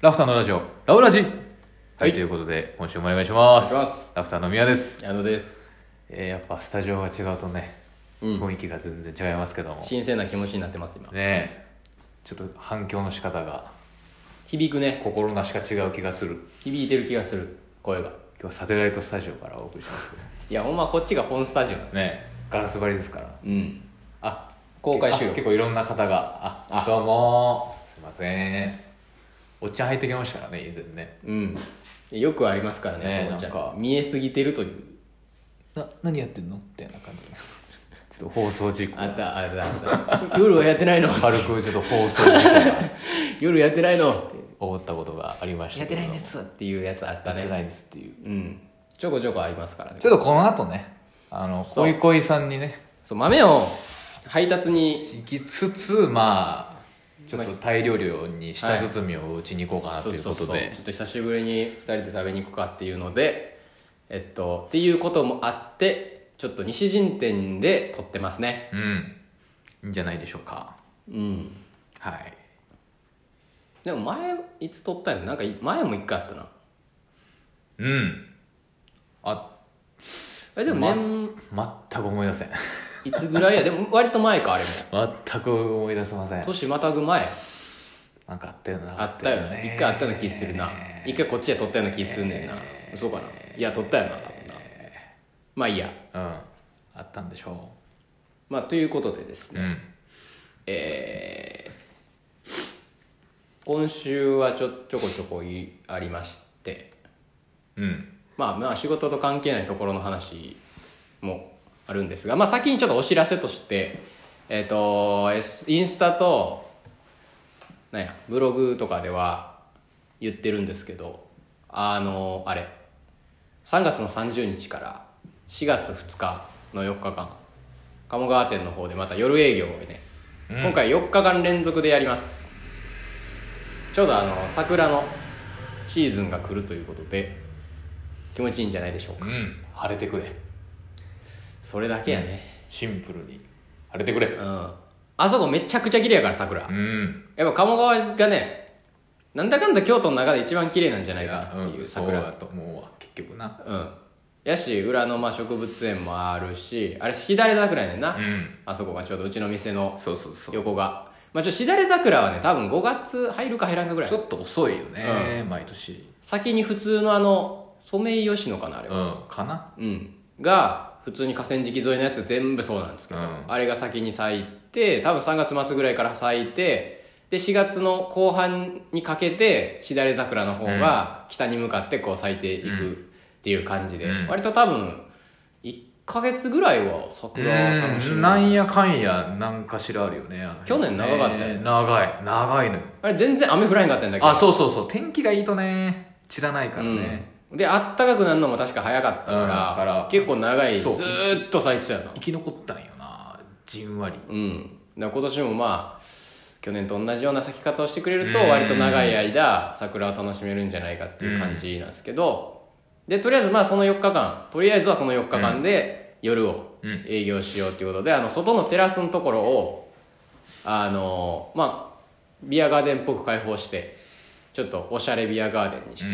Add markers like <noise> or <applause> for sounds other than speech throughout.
ラフターのラジオ、ラウラジはい、はいということで、今週もお願いします。お願いしますラフターの宮です。矢野ですえーやっぱスタジオが違うとね、うん雰囲気が全然違いますけども。ね新鮮な気持ちになってます今えちょっと反響の仕方が、響くね心なしか違う気がする。響いてる気がする声が今日はサテライトスタジオからお送りしますけどいやほんまこっちが本スタジオねえガラス張りですから。うんあ、公開収あ録結構いろんな方が、あ、あどうもーすいません。おっちゃん入ってきましたからね、以前ね。うんよくありますからねねえこうじゃあなんか見えすぎてるというな、何やってんのみたいな感じ。 <laughs> ちょっと放送事故。あったあったあった <laughs> 夜はやってないの軽くちょっと放送事故が夜やってないのって思ったことがありましたやっけてれなどいんもですっていうやつあったやってなねいですっていううんちょこちょこありますからねちょっとこの後ねあのそこういこいさんにねそう豆を配達に行きつつまあちょっと大量量に舌包みを打ちに行こうかなとそういうそうこそとうちょでっと久しぶりに2人で食べに行くかっていうのでえっとっていうこともあってちょっと西陣店で撮ってますねうんいいんじゃないでしょうかうんはいでも前いつ撮ったんやなんかい前も1回あったなうんあえでも年、全く思い出せん <laughs> いつぐらいやでも割と前かあれも全く思い出せません年またぐ前なんかあったよなあったよね1回あったような気するな1回こっちで撮ったような気すんねんなそうかないや撮ったよな多分なまあいいやうんあったんでしょまあということでですうねうんえー今週はちょちょこちょこいありましてうんまあまあ仕事と関係ないところの話もあるんですが、まあ、先にちょっとお知らせとしてえっ、と S- インスタとなんやブログとかでは言ってるんですけどあのあれ3月の30日から4月2日の4日間鴨川店の方でまた夜営業をね、うん今回4日間連続でやりますちょうどあの桜のシーズンが来るということで気持ちいいんじゃないでしょううかん晴れてくれそれだけやねシンプルに晴れてくれうん、あそこめちゃくちゃ綺麗やから桜、うんやっぱ鴨川がねなんだかんだ京都の中で一番綺麗なんじゃないいかやなっていううんそう桜だと思うわ結局なうんやし裏のまあ植物園もあるしあれしだれ桜やねんな、うんあそこがちょうどうちの店のそうそうそう横がまあちょしだれ桜はね多分5月入るか入らんかぐらいちょっと遅いよね、毎年先に普通のあのソメイヨシノかなあれうはんかなうんが普通に河川敷沿いのやつ全部そうなんですけど、うんあれが先に咲いて多分3月末ぐらいから咲いてで4月の後半にかけてしだれ桜の方が北に向かってこう咲いていくっていう感じで、うん割と多分1ヶ月ぐらいは桜は楽しうみんなんやかんやなんかしらあるよねあの去年長かったよねね長い長いのよあれ全然雨降らへんかったんだけどあそうそうそう天気がいいとね散らないからね、うん、であったかくなるのも確か早かったから,、うんから結構長いずそうーっと咲いてたよな生き残ったんよなじんわりうん、だから今年もまあ去年と同じような咲き方をしてくれるとうん割と長い間桜を楽しめるんじゃないかっていう感じなんですけどでとりあえずまあその4日間とりあえずはその4日間で夜をうん営業しようっていうことであの外のテラスのところをあのまあビアガーデンっぽく開放してちょっとおしゃれビアガーデンにして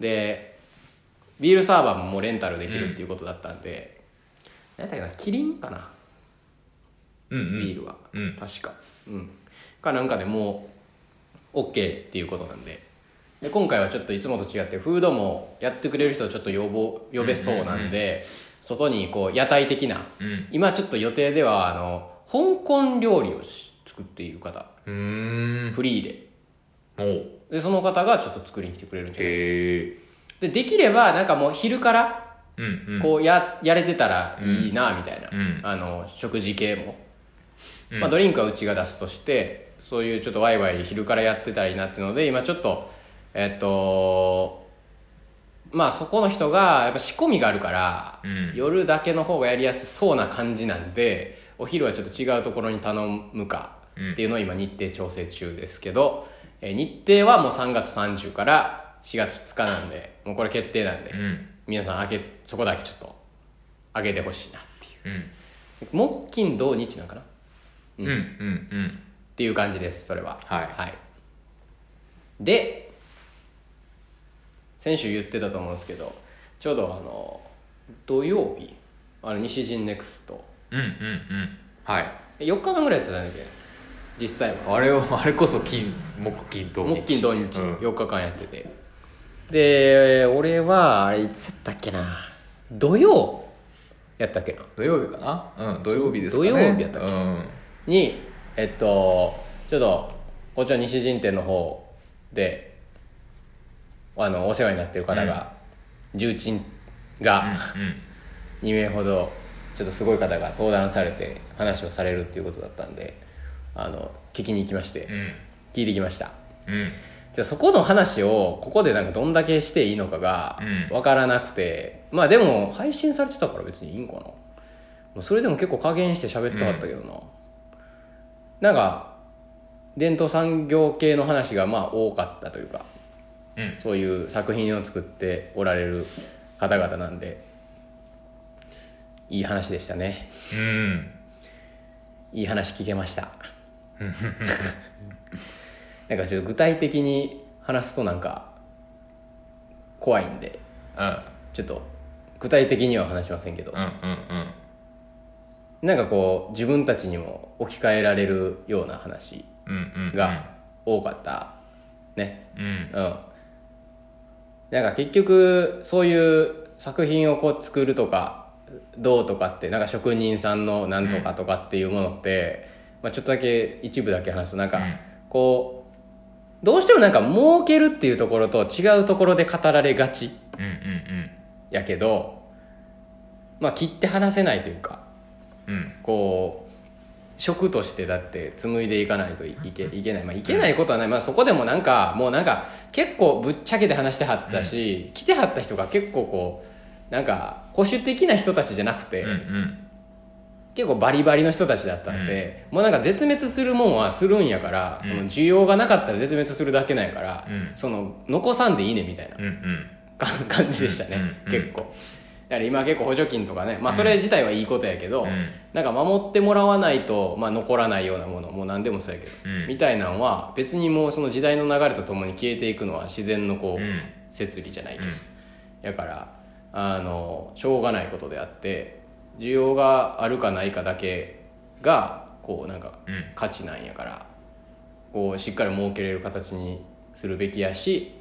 でビールサーバーももうレンタルできるっていうことだったんで何だっけなキリンかなうんうんビールは。うん、うん、確かうんかなんかでもう OK っていうことなんでで今回はちょっといつもと違ってフードもやってくれる人をちょっと呼ぼう呼べそうなんで、外にこう屋台的なうん今ちょっと予定ではあの香港料理をし作っている方うーんフリーでおうでその方がちょっと作りに来てくれるんじゃないへえでできればなんかもう昼からうんうんこうややれてたらいいなみたいな、うんあの食事系もうんまあ、ドリンクはうちが出すとしてそういうちょっとワイワイ昼からやってたらいいなっていうので今ちょっとえっとまあそこの人がやっぱ仕込みがあるから、うん夜だけの方がやりやすそうな感じなんでお昼はちょっと違うところに頼むかっていうのを今日程調整中ですけど、えー日程はもう3月30から4月2日なんでもうこれ決定なんで、うん皆さん開けそこだけちょっと開けてほしいなっていううん木金土日なんかなうんうんうんっていう感じですそれははいで先週言ってたと思うんですけどちょうどあの土曜日あの西陣ネクストうんうんうんはい4日間ぐらいやってたんだっけ実際はあれをあれこそ金木金土日木金土日うん4日間やってて、で俺はあれいつやったっけな土曜やったっけな土曜日かなうん土曜日ですかね土曜日やったっけうんにえっとちょっとこっちの西陣店の方であのお世話になってる方が、重鎮が2名ほどちょっとすごい方が登壇されて話をされるっていうことだったんであの聞きに行きまして、うん聞いてきましたうんうんじゃあそこの話をここでなんかどんだけしていいのかがうんわからなくて、まあでも配信されてたから別にいいんかなもうそれでも結構加減して喋ってはったけどな、なんか伝統産業系の話がまあ多かったというかうんそういう作品を作っておられる方々なんでいい話でしたねうんいい話聞けました <laughs> なんかちょっと具体的に話すとなんか怖いんでうんちょっと具体的には話しませんけどうんうんなんかこう自分たちにも置き換えられるような話うんうんうんが多かったねうんうんなんか結局そういう作品をこう作るとかどうとかってなんか職人さんのなんとかとかっていうものって、まあ、ちょっとだけ一部だけ話すとなんか、うんこうどうしてもなんか儲けるっていうところと違うところで語られがちうんうんやけど、まあ、切って話せないというかうんうんこう職としてだって紡いでいかないといけいけない、まあ、いけないことはない、まあ、そこでもなんかもうなんか結構ぶっちゃけて話してはったし、来てはった人が結構こうなんか保守的な人たちじゃなくて、うんうん結構バリバリの人たちだったんで、もうなんか絶滅するもんはするんやから、その需要がなかったら絶滅するだけなんやから、うんその残さんでいいねみたいなうんうんか <laughs> 感じでしたね、うんうん結構だから今結構補助金とかね、まあ、それ自体はいいことやけど、うんなんか守ってもらわないと、まあ、残らないようなものもう何でもそうやけど、うんみたいなんは別にもうその時代の流れとともに消えていくのは自然のこう、うん摂理じゃないけうど、んだからあのしょうがないことであって需要があるかないかだけがこうなんかうん価値なんやからこうしっかり設けれる形にするべきやし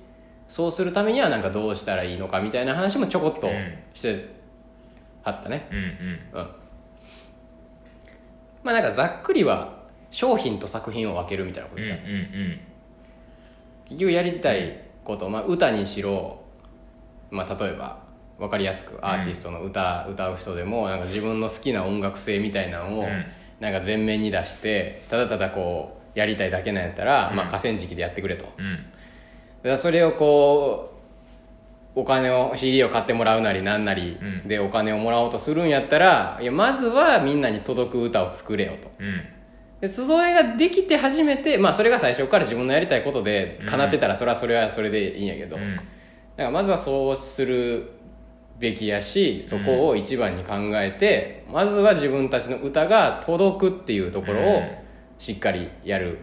そうするためにはなんかどうしたらいいのかみたいな話もちょこっとうんしてはったねうんうんうんまあなんかざっくりは商品と作品を分けるみたいなこうとんだうん結局やりたいこと、まあ、歌にしろ、まあ、例えば分かりやすくアーティストの歌、歌う人でもなんか自分の好きな音楽性みたいなのをうんなんか前面に出してただただこうやりたいだけなんやったら、うんまあ、河川敷でやってくれとだかうんらそれをこうお金を CD を買ってもらうなりなんなりうんでお金をもらおうとするんやったらいやまずはみんなに届く歌を作れよとうんでそれができて初めて、まあ、それが最初から自分のやりたいことで叶ってたらそれはそれはそれでいいんやけど、うんだからまずはそうするべきやしそこを一番に考えて、まずは自分たちの歌が届くっていうところうをんしっかりやる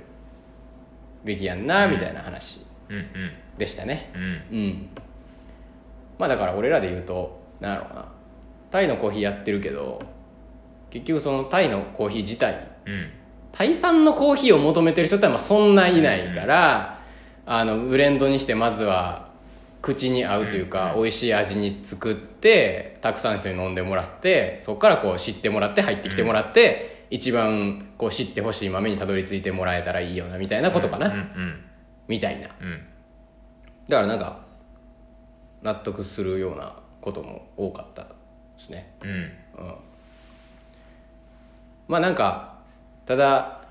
べきやんなみたいな話うんでしたねうんうんうんまあだから俺らで言うとなんやろうなタイのコーヒーやってるけど結局そのタイのコーヒー自体うんタイ産のコーヒーを求めてる人ってまあそんないないから、あのブレンドにしてまずは口に合うというか、美味しい味に作ってたくさんの人に飲んでもらってそこからこう知ってもらって入ってきてもらって、一番こう知ってほしい豆にたどり着いてもらえたらいいよなみたいなことかな、うんうんみたいなうんだからなんか納得するようなことも多かったですねうんまあなんかただ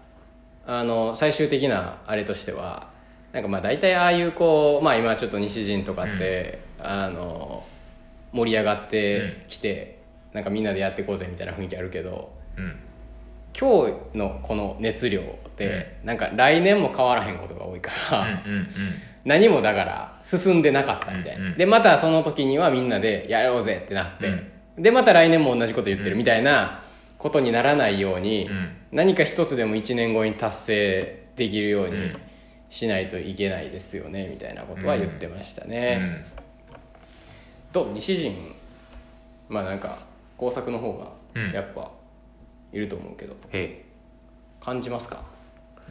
あの最終的なあれとしてはなんかまあ大体ああいうこうまあ今ちょっと西陣とかって、あの盛り上がってきて、なんかみんなでやっていこうぜみたいな雰囲気あるけどうん今日のこの熱量って、なんか来年も変わらへんことが多いから、うん何もだから進んでなかったみたいな、うんうんでまたその時にはみんなでやろうぜってなって、でまた来年も同じこと言ってるみたいなことにならないように、うん何か一つでも1年後に達成できるようにんしないといけないですよねみたいなことは言ってましたね、うんと西陣まあなんか工作の方がうんやっぱいると思うけど、へ感じますか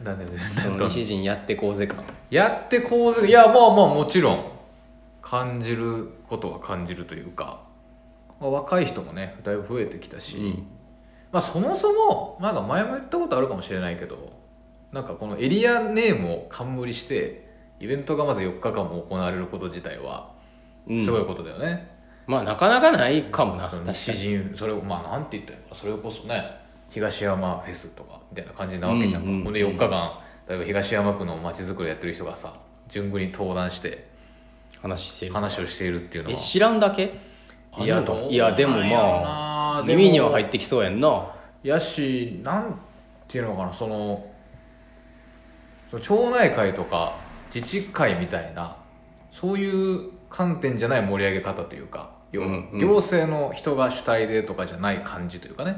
えなんでねその西陣やってこうぜ感やってこうぜいやまあまあもちろん感じることは感じるというかまあ若い人もねだいぶ増えてきたし、うんまあ、そもそもなんか前も言ったことあるかもしれないけどなんかこのエリアネームを冠してイベントがまず4日間も行われること自体はうんすごいことだよね、まあなかなかないかもなそ確のか西陣それをまあなんて言ったらいいのかそれこそね東山フェスとかみたいな感じなわけじゃんか、うんうんうんほんで4日間例えば東山区のまちづくりやってる人がさ順繰りに登壇して話してる話をしているっていうのえは知らんだけいやどうなんやろないやでもまあ耳には入ってきそうやんなやしなんていうのかなそのその町内会とか自治会みたいなそういう観点じゃない盛り上げ方というか、要はうんうん行政の人が主体でとかじゃない感じというかね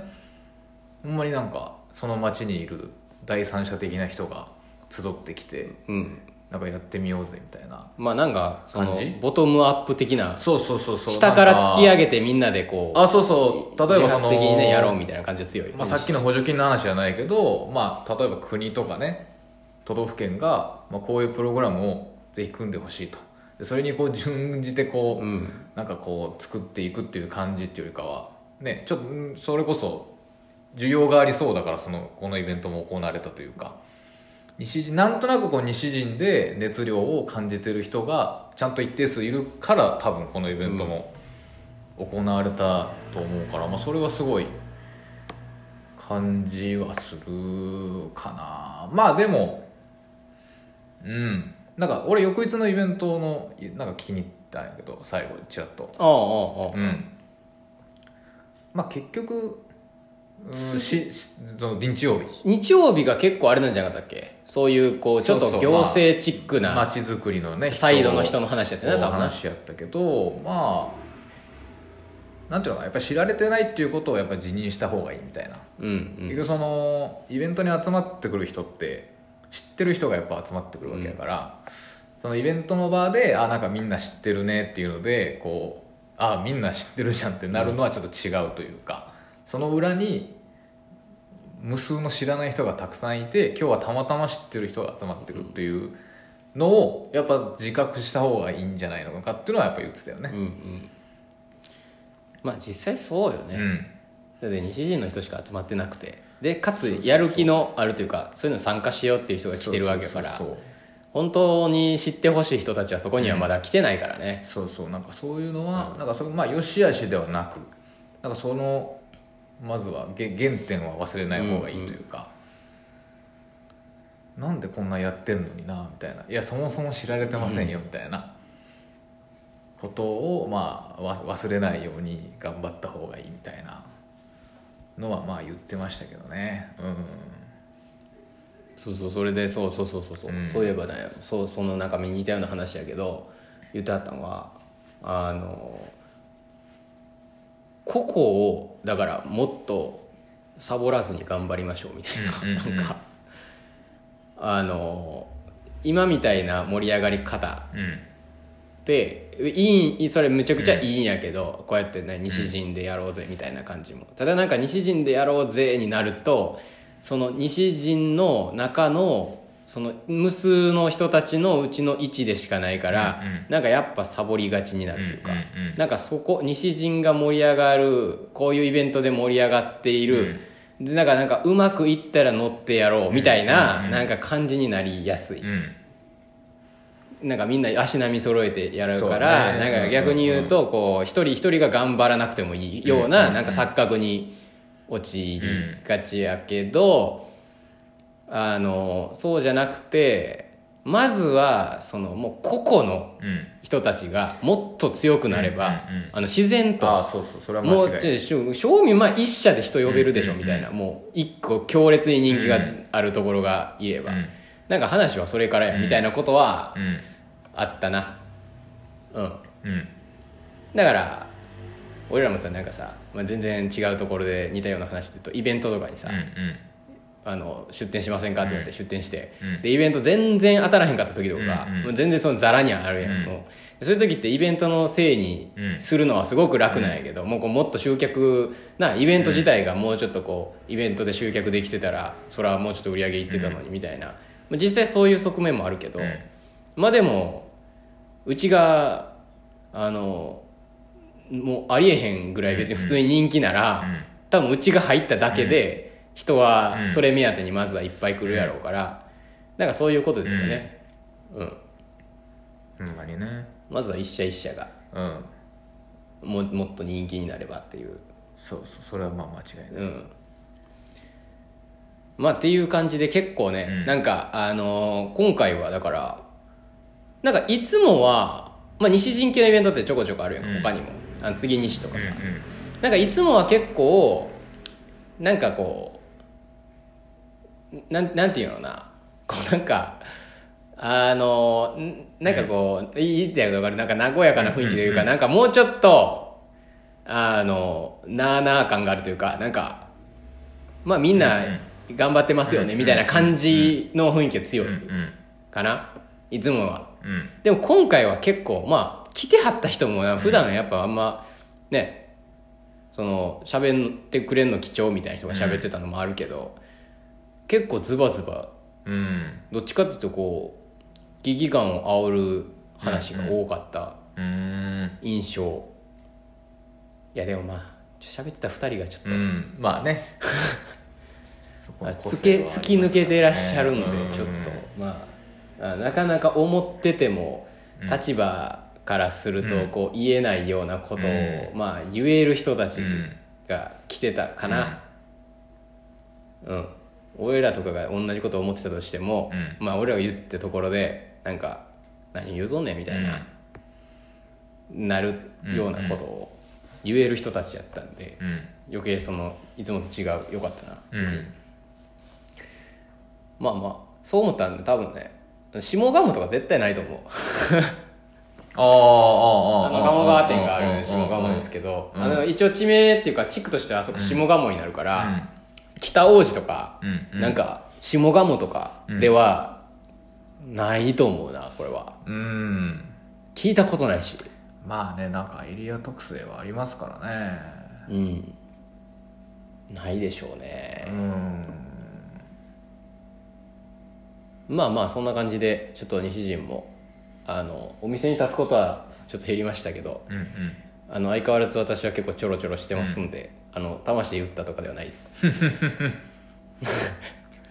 ほんまになんかその町にいる第三者的な人が集ってきてうんなんかやってみようぜみたいなまあなんかその感じボトムアップ的なそうそうそうそう下から突き上げげてみんなでこうあそうそう例えばそ自の発的にねやろうみたいな感じが強いよねまあ、さっきの補助金の話じゃないけど、まあ、例えば国とかね都道府県が、まあ、こういうプログラムをぜひ組んでほしいとでそれにこう順じてこう、うんなんかこう作っていくっていう感じっていうよりかはねちょっとうんそれこそ需要がありそうだからそのこのイベントも行われたというか西陣なんとなくこう西陣で熱量を感じてる人がちゃんと一定数いるから多分このイベントも行われたと思うから、まあ、それはすごい感じはするかなまあでもうんなんか俺翌日のイベントのなんか気に入ったんやけど最後ちらっとああああああうんまあ結局うんつししその臨時曜日日曜日が結構あれなんじゃなかったっけそういうこうちょっそうそとう行政チックな街づくりのねサイドの人の話やったよねの多分な話やったけどまあなんていうのかなやっぱり知られてないっていうことをやっぱ辞任した方がいいみたいなうん結うん局そのイベントに集まってくる人って知ってる人がやっぱ集まってくるわけやから、そのイベントの場であなんかみんな知ってるねっていうのでこうあみんな知ってるじゃんってなるのはちょっと違うというか、その裏に無数の知らない人がたくさんいて今日はたまたま知ってる人が集まってくるっていうのをやっぱ自覚した方がいいんじゃないのかっていうのはやっぱ言ってたようんうね。んまあ実際そうよね、うんだって西陣の人しか集まってなくてでかつやる気のあるというかそういうの参加しようっていう人が来てるわけだからそうそうそう本当に知ってほしい人たちはそこにはまだ来てないからね、そうそうなんかそういうのは、なんかそれまあ良し悪しではなくなんかそのまずはげ原点は忘れない方がいいというか、なんでこんなやってんのになみたいないやそもそも知られてませんよみたいなことをまあわ忘れないように頑張った方がいいみたいなのはまあ言ってましたけどねうんそうそうそれでそうそうそうそうそう、うんそういえばねそうその中身似たような話やけど言ってあったのはあの個々をだからもっとサボらずに頑張りましょうみたいな、うんうんうんなんかあの今みたいな盛り上がり方うんでいいそれむちゃくちゃいいんやけど、こうやってね西陣でやろうぜみたいな感じもただなんか西陣でやろうぜになるとその西陣の中のその無数の人たちのうちの1でしかないから、うんうんなんかやっぱサボりがちになるというか、うんうんうんなんかそこ西陣が盛り上がるこういうイベントで盛り上がっている、でなんかなんかうまくいったら乗ってやろうみたいうな、んうんうんなんか感じになりやすいうんなんかみんな足並み揃えてやるから、そうねなんか逆に言うとこう一人一人が頑張らなくてもいいよううんうんなうんなんか錯覚に陥りがちやけど、あのそうじゃなくてまずはそのもう個々のうん人たちがもっと強くなれば、うんうんうんあの自然あと。あそうそうそれは間違もいうないちょいしょ正味まあ一社で人呼べるでしょうんうんみうんたいな、もう一個強烈に人気があるところがいれば、うんなんか話はそれからやみたいなことはうんあったなうんうんだから俺らもさなんかさ、まあ、全然違うところで似たような話って言うとイベントとかにうさ、んあの出店しませんかって言われて出店して、うんでイベント全然当たらへんかった時とか、うんうんもう全然そのザラにあるやん、うんもうでそういう時ってイベントのせいにうんするのはすごく楽なんやけど、もうこうもっと集客なイベント自体がもうちょっとこうイベントで集客できてたらそれはもうちょっと売り上げいってたのにみたいな、まあ実際そういう側面もあるけど、うんまあでもうちがあのもうありえへんぐらい別に普通に人気なら、多分うちが入っただけで人うはんそれ目当てにまずはいっぱい来るやろうからなんかそういうことですよね、ううん、んほんまにねまずは一社一社がうんももっと人気になればっていう、そうそうそれはまあ間違いないうん、まあっていう感じで結構ね、うんなんかあのー今回はだからなんかいつもは、まあ、西陣系のイベントってちょこちょこあるやんうん他にもあの次西とかさ、うんうんなんかいつもは結構なんかこうなんなんていうのなこうなんかあのんなんかこういいってやるとかなんか和やかな雰囲気というか、うんなんかもうちょっとあのなあなあ感があるというかなんかまあみんなうん頑張ってますよね、みたいな感じの雰囲気が強いうんうんかな、いつもはうんでも今回は結構まあ来てはった人もな普段やっぱあんまねその喋ってくれんの貴重みたいな人が喋ってたのもあるけど、結構ズバズバうんどっちかっていうとこう危機感を煽る話が多かったうん印象、いやでもまあちょっと喋ってた2人がちょっと、うんまあねそこまのあ個つ性けはあります突き抜けてらっしゃるのでうんちょっとまああなかなか思っててもうん立場からするうとんこう言えないようなことをうまあ言える人たちうんが来てたかなうん俺らとかが同じことを思ってたとしてもうんまあ俺らが言ってところでなんか何言うぞんねんみたいななるようなことを言える人たちやったんでうん余計そのいつもと違うよかったなってういうんまあまあそう思ったらね多分ね下鴨とか絶対ないと思うあああああああの鴨川店がある下鴨ですけけどうんあの一応地名っていうか地区としてはあそこ下鴨になるから、北大路とか、うんうんなんか下鴨とかではないと思うなこれはうん聞いたことないしまあねなんかエリア特性はありますからねうんないでしょうねうんまあまあそんな感じでちょっと西陣もあのお店に立つことはちょっと減りましたけどうんうんあの相変わらず私は結構ちょろちょろしてますんで、あの魂打ったとかではないです <laughs>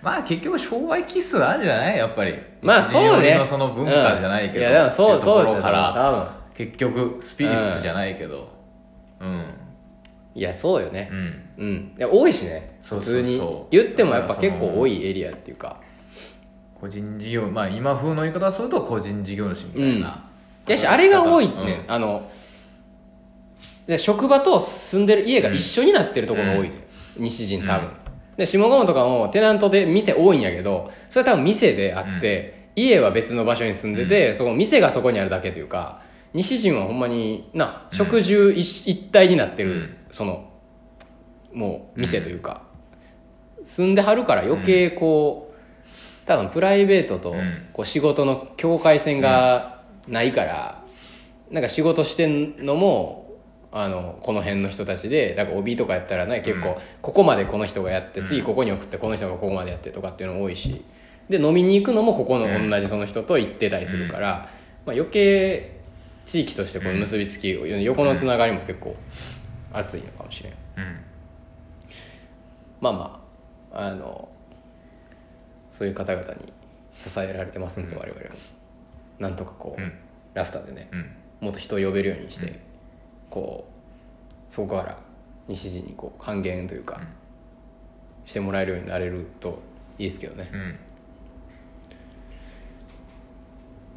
まあ結局商売奇数あるんじゃないやっぱりま <laughs> あそう日ね本のその文化じゃないけど、うんいやでもそうってとそうころだとか思うら多分結局スピリッツじゃないけどうんいやそうよねうん、うんいや多いしねそう普そうそう通に言ってもやっぱ結構多いエリアっていうか個人事業まあ今風の言い方をすると個人事業主みたいな、やしあれが多いね、あので職場と住んでる家が一緒になってるところが多いね、西陣多分、うんで下鴨とかもテナントで店多いんやけどそれ多分店であって、家は別の場所に住んでて、その店がそこにあるだけというか西陣はほんまにな食住一,、一体になってる、うんそのもう店というか、住んではるから余計こう、多分プライベートとうんこう仕事の境界線がないから、なんか仕事してんのもあのこの辺の人たちでだから OB とかやったらね結うん構ここまでこの人がやって、うん次ここに送ってこの人がここまでやってとかっていうの多いしで飲みに行くのもここうんの同じその人と行ってたりするから、まあ、余計地域としてこの結びつき、横のつながりも結構熱いのかもしれん。うんまあまああのそういう方々に支えられてますんで、我々もなんとかこう、うんラフターでねうんもっと人を呼べるようにして、こうそこから西陣にこう還元というか、してもらえるようになれるといいですけどねう、ん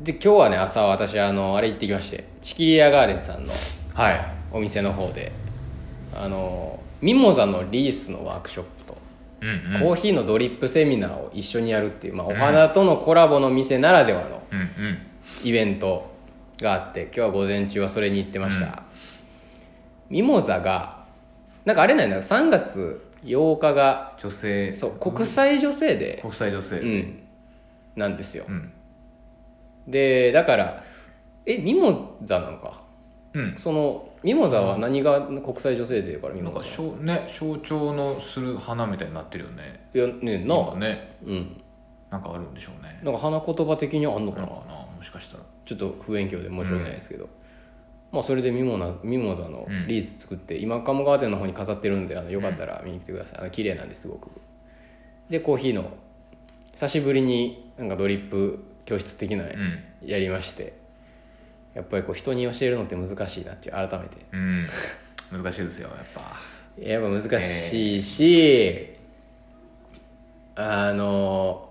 で今日はね朝私あのあれ行ってきましてチキリアガーデンさんのはいお店の方であのミモザのリースのワークショップとうんうんコーヒーのドリップセミナーを一緒にやるっていう、まあ、お花とのコラボの店ならではのうんうんイベントがあって今日は午前中はそれに行ってました、ミモザがなんかあれなんだよ3月8日が女性そう国際女性デ国際女性ー、うん、なんですようんでだからえミモザなのかうんそのミモザは何が国際女性デーからミなモんかザ象,、ね、象徴のする花みたいになってるよねいやねんな、今ねうん、なんかあるんでしょうねなんか花言葉的にあんのなかのなかなもしかしたらちょっと不勉強で申し訳ないですけど、まあそれでミモナミモザのリース作って、今鴨川店の方に飾ってるんであのよかったら見に来てくださいあの綺麗なんですごくでコーヒーの久しぶりになんかドリップ教室的なのうんやりまして、やっぱりこう人に教えるのって難しいなっていう改めてうん難しいですよやっぱやっぱ難しいし、あの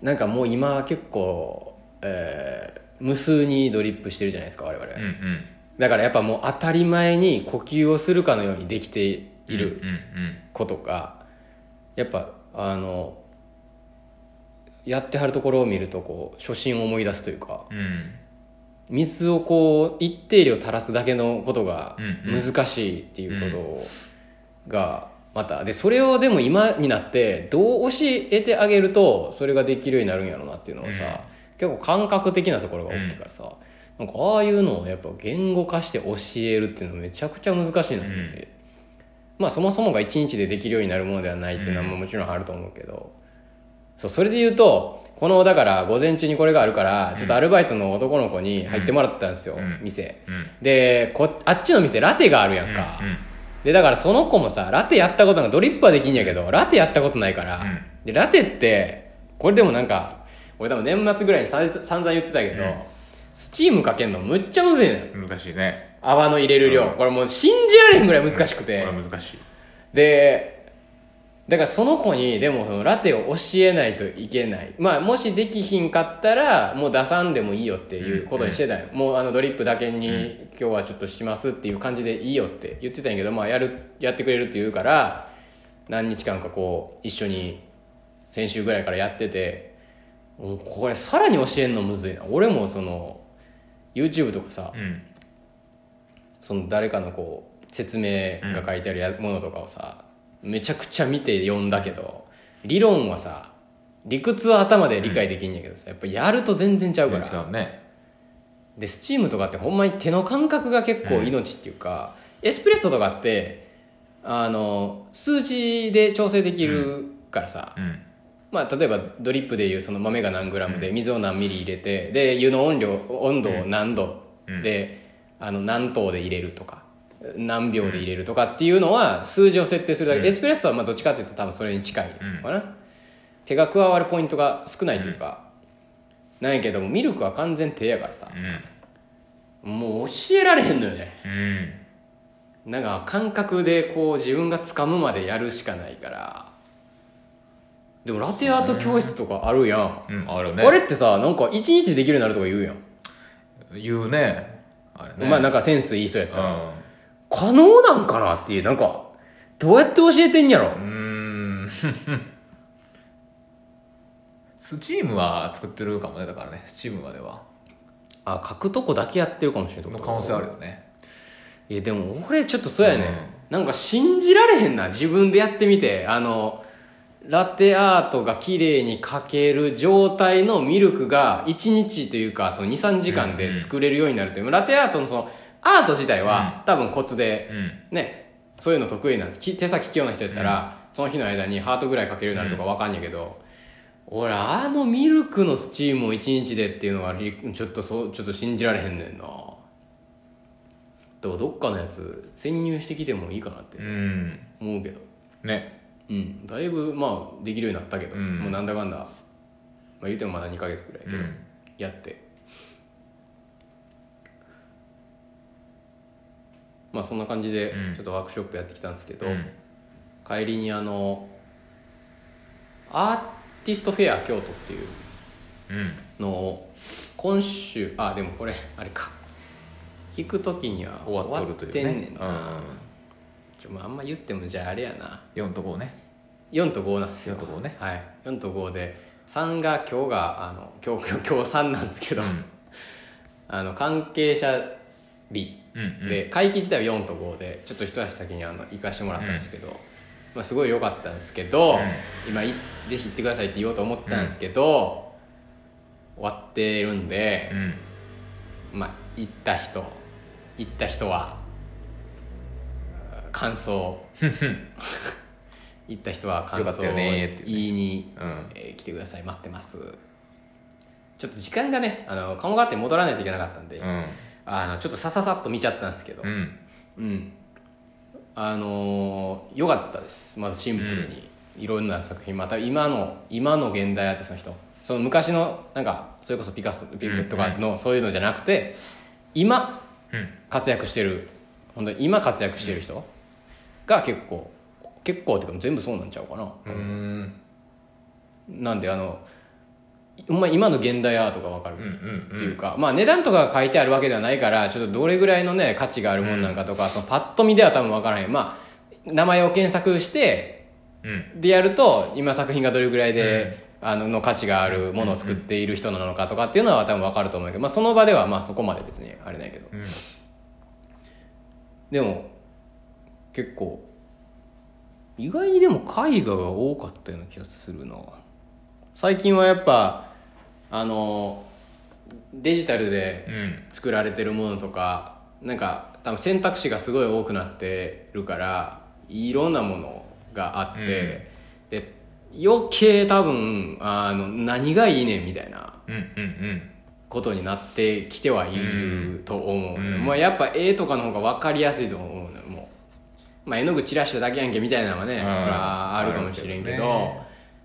なんかもう今結構、えー無数にドリップしてるじゃないですか我々、うんうんだからやっぱもう当たり前に呼吸をするかのようにできているうんうんことが、やっぱあのやってはるところを見るとこう初心を思い出すというかうんうん水をこう一定量垂らすだけのことがうんうん難しいっていうことがまたでそれをでも今になってどう教えてあげるとそれができるようになるんやろうなっていうのをさ、結構感覚的なところが大きいからさ、なんかああいうのをやっぱ言語化して教えるっていうのめちゃくちゃ難しいなって、うんまあそもそもが一日でできるようになるものではないっていうのはもちろんあると思うけど。そうそれで言うとこのだから午前中にこれがあるからちょっとアルバイトの男の子に入ってもらったんですよ、うん店うんでこあっちの店ラテがあるやんか、うんうんでだからその子もさラテやったことなんかドリップはできんやけどラテやったことないから、うんでラテってこれでもなんか俺多分年末ぐらいにさ散々言ってたけど、うんスチームかけんのむっちゃむずいのよ難しいね泡の入れる量、うんこれもう信じられへんぐらい難しくこて、れは難しいでだからその子にでもそのラテを教えないといけないまあもしできひんかったらもう出さんでもいいよっていうことにしてたんよ、もうあのドリップだけに今日はちょっとしますっていう感じでいいよって言ってたんやけどまあやるやってくれるって言うから何日間かこう一緒に先週ぐらいからやっててもうこれさらに教えんのむずいな俺もその YouTube とかさうんその誰かのこう説明が書いてあるやものとかをさ、めちゃくちゃ見て読んだけど理論はさ理屈は頭で理解できんやけどさ、やっぱやると全然ちゃうから、違うねでスチームとかってほんまに手の感覚が結構命っていうか、エスプレッソとかってあの数字で調整できるからさ、うんまあ、例えばドリップでいうその豆が何グラムで水を何ミリ入れてで湯の温量温度を何度で、あの何等で入れるとか何秒で入れるとかっていうのは数字を設定するだけ、エスプレッソはまあどっちかっていうと多分それに近いのかな、手が加わるポイントが少ないというか、なんやけどもミルクは完全手やからさもう教えられへんのよねうんうんなんか感覚でこう自分が掴むまでやるしかないからでもラテアート教室とかあるやん、うんあるねあれってさなんか一日でできるようになるとか言うやん、言うねあれねまあなんかセンスいい人やったら、か可能なんかなっていうなんかどうやって教えてんやろうんうーんスチームは作ってるかもねだからねスチームまではあ書くとこだけやってるかもしれないの可能性あるよねいやでも俺ちょっとそうやね、なんか信じられへんな自分でやってみてあのラテアートが綺麗に描ける状態のミルクが1日というかその23時間で作れるようになるという、ラテアートのそのアート自体は、多分コツでうんね、そういうの得意なき手先器用な人やったら、その日の間にハートぐらいかけるようになるとかわかんやけど、俺あのミルクのスチームを1日でっていうのはりちょっとそうちょっと信じられへんねんなでもどっかのやつ潜入してきてもいいかなってうん思うけどねうんだいぶまあできるようになったけど、うんもうなんだかんだ、まあ、言うてもまだ2ヶ月ぐらいやうけど、んやってまあそんな感じでうんちょっとワークショップやってきたんですけど、うん帰りにあのアーティストフェア京都っていううんのを今週あでもこれあれか聞く時には終わっとるというね終わってんねんな、うんちょまああんま言ってもじゃああれやな4とこね4と5なんですよ4と5ねはい4と5で3が今日があの <laughs> 今日今日今日3なんですけど、あの関係者日うんうんで会期自体は4と5でちょっと一足先にあの行かしてもらったんですけど、まあ、すごい良かったんですけど、うん今いぜひ行ってくださいって言おうと思ったんですけど、終わってるんでう、んまあ、行った人行った人は感想行った人は感よか想ったをよねーっていうね言いに、うんえー来てください待ってますちょっと時間がねあの鴨川って戻らないといけなかったんで、うんあのちょっとさささっと見ちゃったんですけどうんうん、あのー良かったですまずシンプルに、いろんな作品また今の今の現代アーティストの人その昔のなんかそれこそピカソピうんとかのそういうのじゃなくて今うん活躍してる本当に今活躍してる人が結構結構っていうか全部そうなんちゃうかな、うんなんであのほんま今の現代アートが分かる、うんうんっていうか、まあ値段とかが書いてあるわけではないからちょっとどれぐらいのね価値があるもんなんかとか、そのパッと見では多分分からへんまあ名前を検索してうんでやると今作品がどれぐらいで、あのの価値があるものを作っている人なのかとかっていうのは多分分かると思うけど、まあ、その場ではまあそこまで別にあれないけどうんでも結構意外にでも絵画が多かったような気がするな最近はやっぱあのデジタルでうん作られてるものとかなんか多分選択肢がすごい多くなってるからいろんなものがあって、で余計多分あの何がいいねんみたいなうんうんことになってきてはいると思う、うんまあ、やっぱ絵とかの方が分かりやすいと思うのよもう、まあ、絵の具散らしただけやんけみたいなのはね、うんそれはあるかもしれんけあどるけど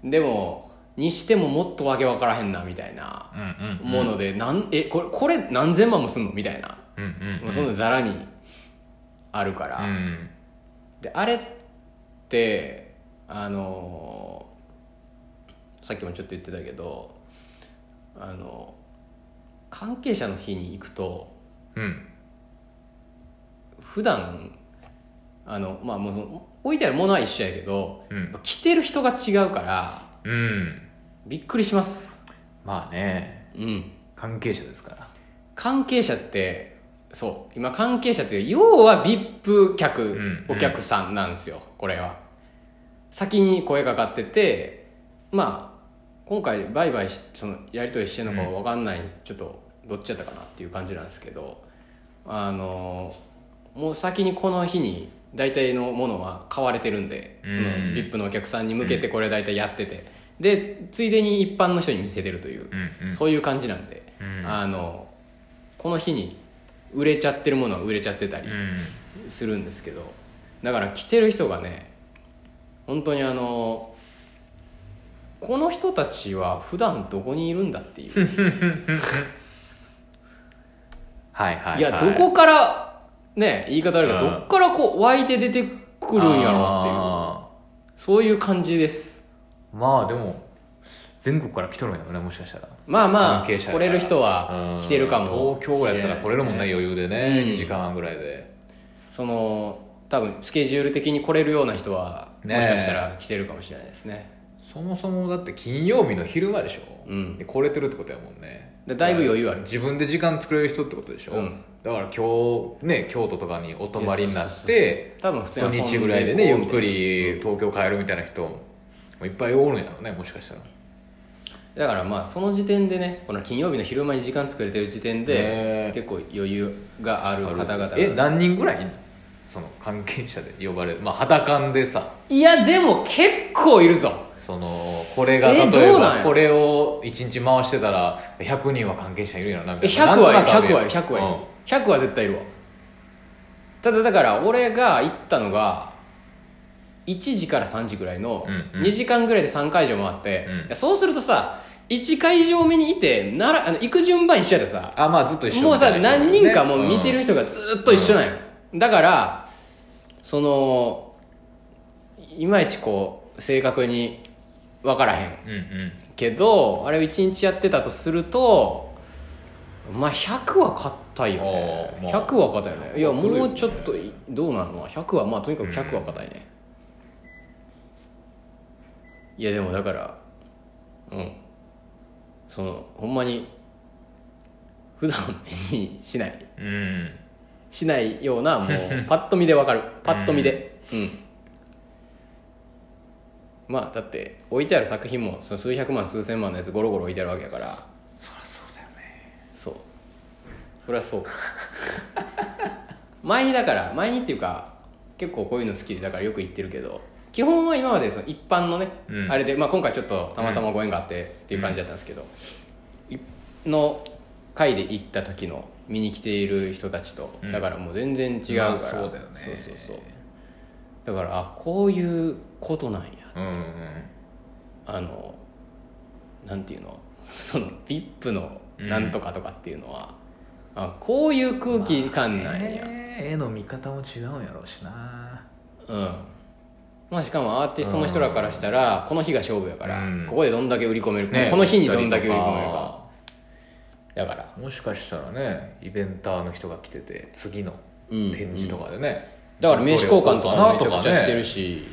ねでもにしてももっとわけ分からへんなみたいなうんうんうんもので、なんえこれこれ何千万もすんのみたいな、うんうんもうそんなざらにあるから、うんであれってあのーさっきもちょっと言ってたけどあの関係者の日に行くとうん普段あのまあもうその置いてあるものは一緒やけどうん着てる人が違うからうんびっくりしますまあねうん関係者ですから関係者ってそう今関係者って要は VIP 客、んお客さんなんですよこれは先に声かかっててまあ今回売買しそのやり取りしてるのか分かんない、ちょっとどっちやったかなっていう感じなんですけどあのもう先にこの日に大体のものは買われてるんでそのうん VIP のお客さんに向けてこれ大体やってて、でついでに一般の人に見せてるといううんうんそういう感じなんで、うんあのこの日に売れちゃってるものは売れちゃってたりうんするんですけど、だから着てる人がね本当にあのこの人たちは普段どこにいるんだっていう、はいはいはいいやどこからね言い方あるけど、うんどっからこう湧いて出てくるんやろっていうあそういう感じですーまあでも全国から来とるんやろねもしかしたらまあまあ関係者や来かられる人はうん来てるかも東京やったら来れるもんね余裕でねうん2時間半ぐらいでその多分スケジュール的に来れるような人はもねしかしたら来てるかもしれないですねそもそもだって金曜日の昼間でしょうんで来れてるってことやもんねでだいぶ余裕ある自分で時間作れる人ってことでしょうんだから今日ね京都とかにお泊まりになって多分普通土に遊ん日ぐらいでねゆっくいこうみり東京帰るみたいな人もいっぱいおるんやろねもしかしたらたいなだからまあその時点でねこの金曜日の昼間に時間作れてる時点ねで結構余裕がある方々がえ何人ぐらいいんのその関係者で呼ばれるまあ裸感でさいやでも結構いるぞそのこれがえ例えどうなんばやこれを1日回してたら100人は関係者いるよなみたえい100なはいなんるとなくあ100はいよる100はいる100は絶対いるわただだから俺が行ったのが1時から3時ぐらいのうんうん2時間ぐらいで3会場回って、うんいやそうするとさ1会場目にいてならあの行く順番一緒やとさうんあまあずっと一緒もうさみたいな何人かもう見てる人がずっと一緒なんよ、だからそのいまいちこう正確に分からへんうんうんけどあれを1日やってたとするとまあ100は硬いよねあーまあ100は硬いよねいやまあ来るもようちょっといどうなの100はまあとにかく100は硬いね、いやでもだからうんそのほんまに普段目にしないうん <laughs> しないようなもうパッと見でわかるパッと見でうんまあだって置いてある作品もその数百万数千万のやつゴロゴロ置いてあるわけやからそりゃそうだよねそうそりゃそう <laughs> 前にだから前にっていうか結構こういうの好きでだからよく言ってるけど基本は今までその一般のね、うんあれで、まあ、今回ちょっとたまたまご縁があってっていう感じだったんですけど、いの会で行った時の見に来ている人たちと、うんだからもう全然違うから、まあそうだよねそうそうそうだからあこういうことなんやうんうんあのなんていうの <laughs> その VIP のなんとかとかっていうのは、あこういう空気感なんや、ね絵の見方も違うんやろうしなうんまあ、しかもアーティストの人らからしたら、この日が勝負やから、うんここでどんだけ売り込めるか、ねこの日にどんだけ売り込めるかだから、もしかしたらねイベンターの人が来てて次のうん展示とかでね、だから名刺交換とかもめちゃくちゃしてるし、し、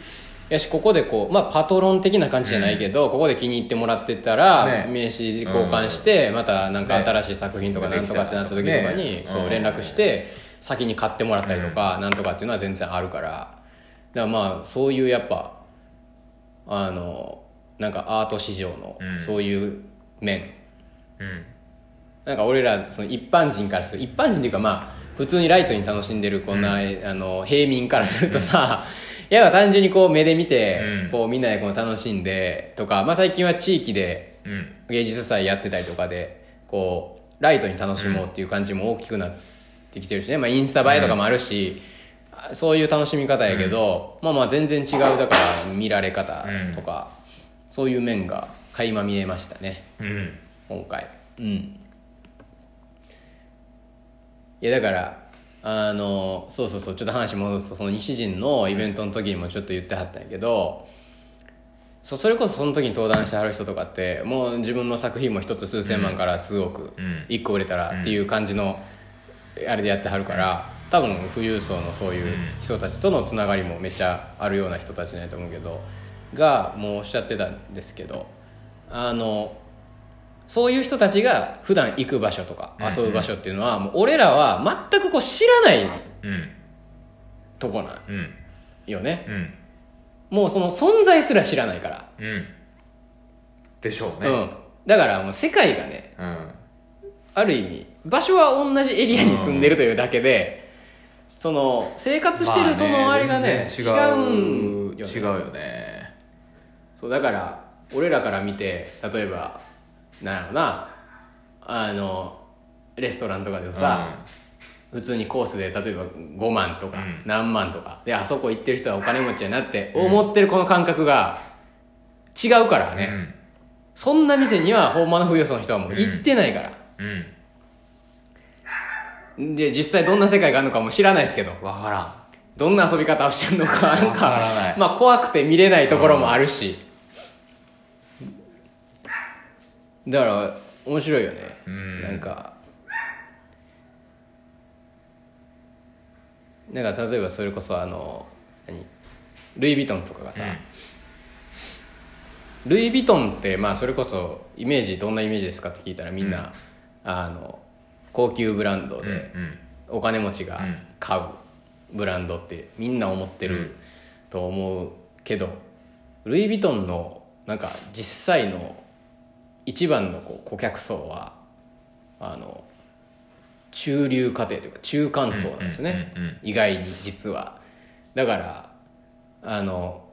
やしここでこう、まあ、パトロン的な感じじゃないけど、ここで気に入ってもらってたら、ね名刺交換して、またなんかね新しい作品とかなんとかってなった時とかに、ねそううん連絡して先に買ってもらったりとか、なんとかっていうのは全然あるからだからまあそういうやっぱあのなんかアート市場のうんそういう面、うん、なんか俺らその一般人からする一般人っていうかまあ普通にライトに楽しんでるこんな、あの平民からするとさ、いや単純にこう目で見て、うんこうみんなでこう楽しんでとか、まあ、最近は地域でうん、芸術祭やってたりとかでこうライトに楽しもうっていう感じも大きくなってきてるしね、まあ、インスタ映えとかもあるし、あそういう楽しみ方やけど、まあまあ全然違うだから見られ方とか、そういう面が垣間見えましたね。うん、今回うんいやだからあのそうそうそうちょっと話戻すとその西陣のイベントの時にもちょっと言ってはったんやけどそうそれこそその時に登壇してはる人とかってもう自分の作品も一つ数千万から数億、うん一個売れたらっていう感じのあれでやってはるから多分富裕層のそういう人たちとのつながりもめっちゃあるような人たちないと思うけどがもうおっしゃってたんですけどあのそういう人たちが普段行く場所とかうんうん遊ぶ場所っていうのはもう俺らは全くこう知らないうん、とこなうん、んよねうん、もうその存在すら知らないから、うん、でしょううね、ん、だからもう世界がねうん、ある意味場所は同じエリアに住んでるというだけで、その生活してるそのあれがね,、まあ違う全ん然よね違うよね、そうだから俺らから見て例えばなんやろなあのレストランとかでもさ、普通にコースで例えば5万とかうん何万とか、であそこ行ってる人はお金持ちやなって思ってるこの感覚が違うからうん、ね、そんな店にはほんまの富裕層の人はもう行ってないから、うん、うん、で実際どんな世界があるのかも知らないですけど分からどんな遊び方をしてる <laughs> のかなんわからなかいまあ怖くて見れないところもあるし、だから面白いよね、んなんかなんか例えばそれこそあの何ルイ・ヴィトンとかがさ、ルイ・ヴィトンってまあそれこそイメージどんなイメージですかって聞いたらみんな、あの高級ブランドん、うで、ん、うん、お金持ちがうん買うブランドってみんな思ってうるんと思うけど、ルイ・ヴィトンのなんか実際の一番のこう顧客層はあの中流家庭というか中間層なんですね、うんうんうん意外に実はだからあの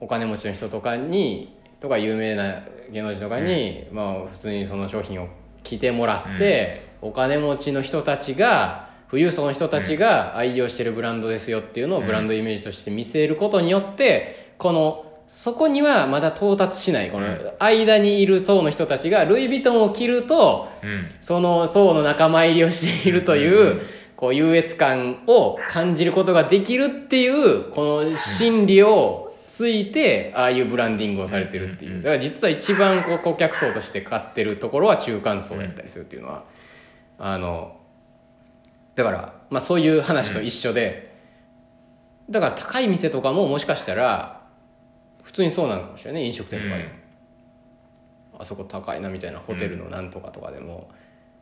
お金持ちの人とかにとか有名な芸能人とかに、まあ、普通にその商品を着てもらって、お金持ちの人たちが富裕層の人たちが愛用してるブランドですよっていうのをブランドイメージとして見せることによってこのそこにはまだ到達しないこの間にいる層の人たちがルイ・ヴィトンを着るとうん、その層の仲間入りをしているという、こう優越感を感じることができるっていうこの心理をついてああいうブランディングをされてるっていうだから実は一番こう顧客層として買ってるところは中間層やったりするっていうのはあのだから、まあ、そういう話と一緒でだから高い店とかももしかしたら普通にそうなのかもしれないね飲食店とかでも。あそこ高いなみたいなホテルのなんとかとかでも、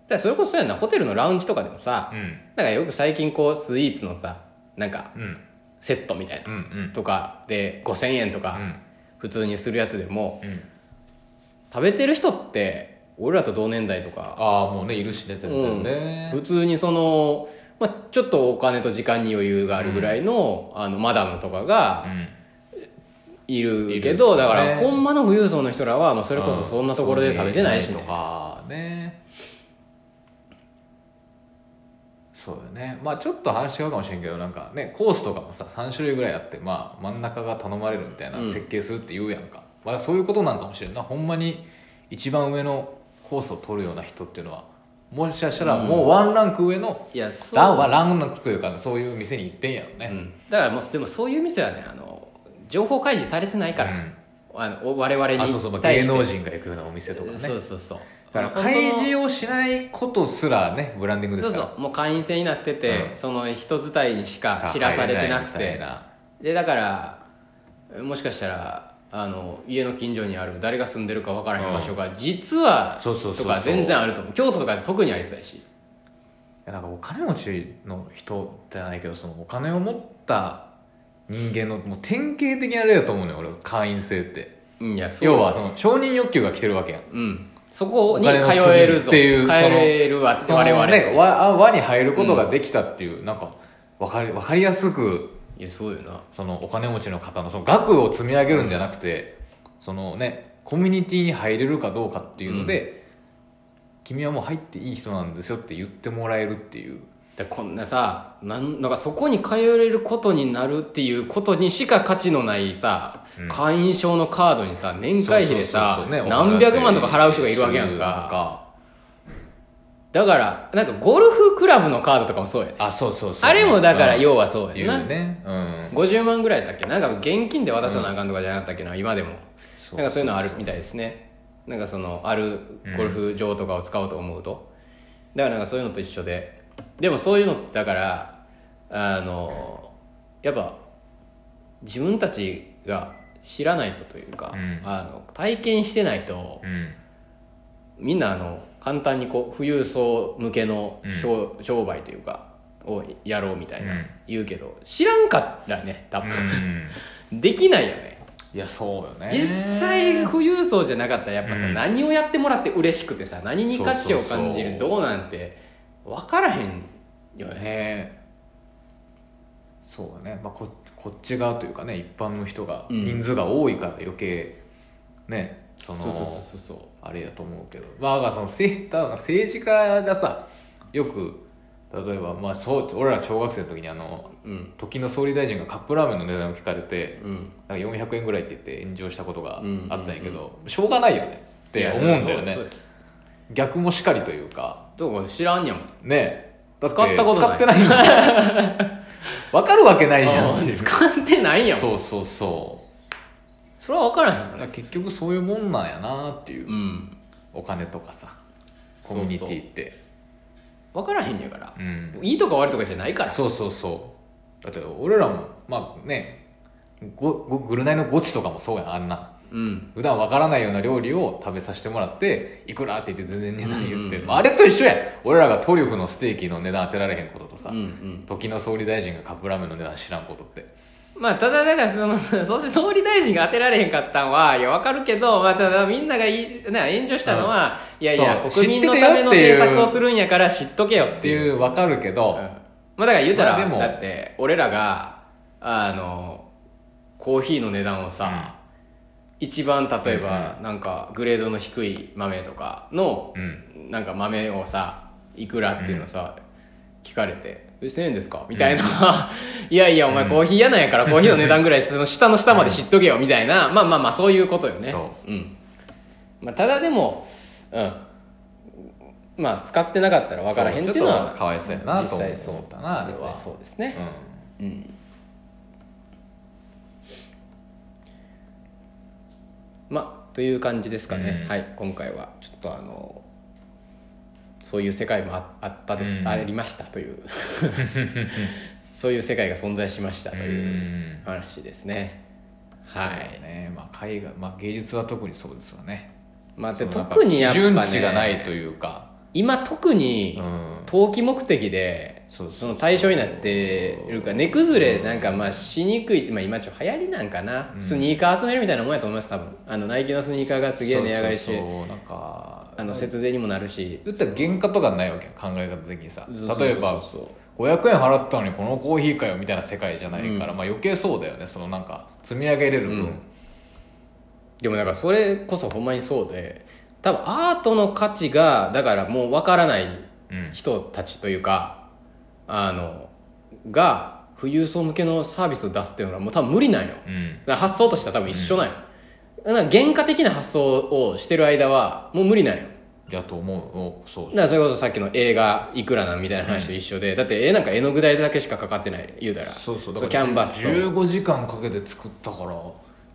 だからそれこそそうやんなホテルのラウンジとかでもさ、うん、なんかよく最近こうスイーツのさなんかうん、セットみたいなうん、うん、とかで5000円とか、うん普通にするやつでもうん、食べてる人って俺らと同年代とか、ああもうねいるしね全然うん普ね、通にその、まあ、ちょっとお金と時間に余裕があるぐらいの,、あのマダムとかうがんいるいけるど、よねだからほんまの富裕層の人らは、まあ、それこそそんなところで食べてないし、ねとかねそうよねまあちょっと話違うかもしれんけどなんかねコースとかもさ3種類ぐらいあってまあ真ん中が頼まれるみたいなうん設計するって言うやんか、まあそういうことなんかもしれんなほんまに一番上のコースを取るような人っていうのはもしかしたらもうワンランク上の、いやそうランはランランクというかそういう店に行ってんやろね、うん、だからもうでもそういう店はねあの情報開示されてないから、うんあのお我々にあそうそう、まあ、対芸して能人が行くようなお店とかねそうそうそうだから開示をしないことすらねブランディングですそうかそらうもう会員制になってて、うんその人伝いにしか知らされてな入れいくみたいてなでだからもしかしたらあの家の近所にある誰が住んでるか分からへん場所が、実はそうそうそうそうとか全然あると思う京都とかで特にありそうやしいやなんかお金持ちの人じゃないけどそのお金を持った人間のもう典型的な例だと思うね俺会員制ってうんいやそう要はその承認欲求が来てるわけやんうんそこにお金の通次えるぞっていう通そのえるわって我々、そのね輪あ輪に入ることができたっていう、なんかわかりわかりやすくいやそうよなそのお金持ちの方のその額を積み上げるんじゃなくて、そのねコミュニティに入れるかどうかっていうので、君はもう入っていい人なんですよって言ってもらえるっていうでこんなさなんなんかそこに通えることになるっていうことにしか価値のないさ、うん会員証のカードにさ年会費でさそうそうそうそうね何百万とか払う人がいるわけやんそうかだからなんかゴルフクラブのカードとかもそうやねあそうそうそうあれもだからうん要はそう言やうな、ねうん50万ぐらいだったっけなんか現金で渡さなあかんとかじゃなかったっけな今でもそうなんかそういうのあるみたいですねなんかそのあるゴルフ場とかを使おうと思うと、だからなんかそういうのと一緒ででもそういうのってだからあのやっぱ自分たちが知らないとというか、うんあの体験してないとうんみんなあの簡単にこう富裕層向けの商,、商売というかをやろうみたいな、うん言うけど知らんからね多う分、んでき <laughs> ないよねいやそうよね実際富裕層じゃなかったらやっぱさ、うん何をやってもらって嬉しくてさ何に価値を感じるそうそうそうどうなんて分からへんよねねそうだね、まあ、ここっち側というかね一般の人がうん人数が多いから余計ねそのそうそうそうそうそあれやと思うけどまあだからそのせだから政治家がさよく例えば、まあ、そう俺ら小学生の時にあのううん時の総理大臣がカップラーメンの値段を聞かれてうんなんか400円ぐらいって言って炎上したことがあったんやけど、うんうしょうがないよねって思うんだよいやねそうそう逆もしかりというかどうか知らんやもんねだて使ったこと使ないってないんだわかるわけないじゃんっていう使ってないやもんそうそうそそれは分からへんうよだからね結局そういうもんなんやなっていう、うんお金とかさそコうそうミュニティって分からへんやからう、んいいとか悪いとかじゃないからそうそうそうだって俺らもまあねごごぐるナイのゴチとかもそうやんあんなうん普段わからないような料理を食べさせてもらっていくらって言って全然値段言って、うんうんまあ、あれと一緒やん俺らがトリュフのステーキの値段当てられへんこととさ、うんうん時の総理大臣がカップラーメンの値段知らんことってまあ、ただ、だからその、そうして総理大臣が当てられへんかったんは、いや、わかるけど、まあ、ただ、みんながいい、ね、炎上したのは、いやいや、そう国民の知ってたたよめのっていう政策をするんやから知っとけよっってていう。いうわかるけど、うんまあ、だから言うたら、まあでもだって、俺らが、あの、コーヒーの値段をさ、一番、例えば、なんか、グレードの低い豆とかの、うんなんか豆をさ、いくらっていうのさ、聞かれて、え1000円ですかみたいな、 <laughs> いやいや、お前コーヒー嫌なんや <laughs> から、コーヒーの値段ぐらい、その下の下まで知っとけよ、みたいな、まあまあまあ、そういうことよね。そうん。まあ、ただでも、うん。まあ、使ってなかったら分からへんっていうのちょはっと、かわいそうやな実と際そう思ったなあれ実際はそうですね。うん。まあ、という感じですかね。うんはい、今回は、ちょっとあの、そういう世界もああったです、うんありましたという <laughs> そういう世界が存在しましたとうんいう話ですね、はそうだいねまあ、絵画、まあ、芸術は特にそうですよねまあでそのなんか特にやっぱ、ね、基準値がないというか今特にうん投機目的でそうそそうの対象になってるから根崩れなんかまあしにくいって、まあ、今ちょっと流行りなんかな、うんスニーカー集めるみたいなもんやと思います多分あのナイキのスニーカーがすげえ値上がりしてそうそうそうなんかあの節税にもなるし打ったら原価とかないわけよ考え方的にさ例えばそうそうそう500円払ったのにこのコーヒーかよみたいな世界じゃないから、まあ余計そうだよねそのなんか積み上げれる分、うんでもだからそれこそほんまにそうで多分アートの価値がだからもうわからないうん人たちというかあのが富裕層向けのサービスを出すっていうのはもう多分無理なんようんだから発想としては多分一緒なんよ、だから原価的な発想をしてる間はもう無理なんよやと思うおそうだからそれこそさっきの映画いくらなんみたいな話と一緒で、だって絵なんか絵の具代だけしかかかってない言うたらそうそうキャンバスと15時間かけて作ったから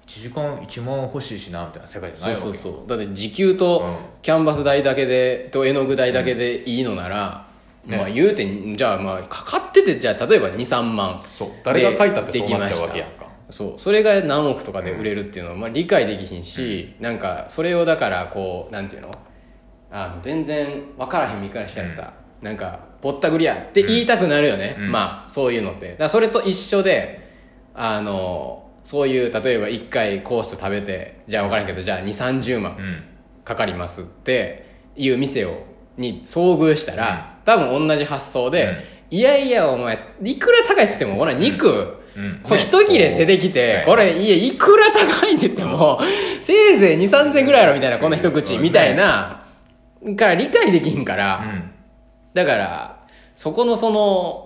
1時間1万欲しいしなみたいな世界じゃそないうわけそようそうだって時給とうんキャンバス代だけでと絵の具代だけでいいのなら、ねまあ言うてんじゃあまあかかっててじゃあ例えば23万そう誰が書いたってでそうなっちゃうわけやんでかそうそれが何億とかで売れるっていうのは、まあ、理解できひんし、なんかそれをだからこうなんていうのあの全然分からへん身からしたらさ、なんかぼったくりやって言いたくなるよね、うんまあそういうのってだからそれと一緒であのそういう例えば1回コース食べてじゃあ分からんけどじゃあ2 3 0万うんかかりますっていう店をに遭遇したら、多分同じ発想で、いやいやお前いくら高いっつってもこれ肉、うんこれ一切れ出てきてね、これ、いや、いくら高いって言っても、せいぜい2、3千ぐらいやろみたいな、この一口、みたいな、から理解できひんかうら、んだから、そこのその、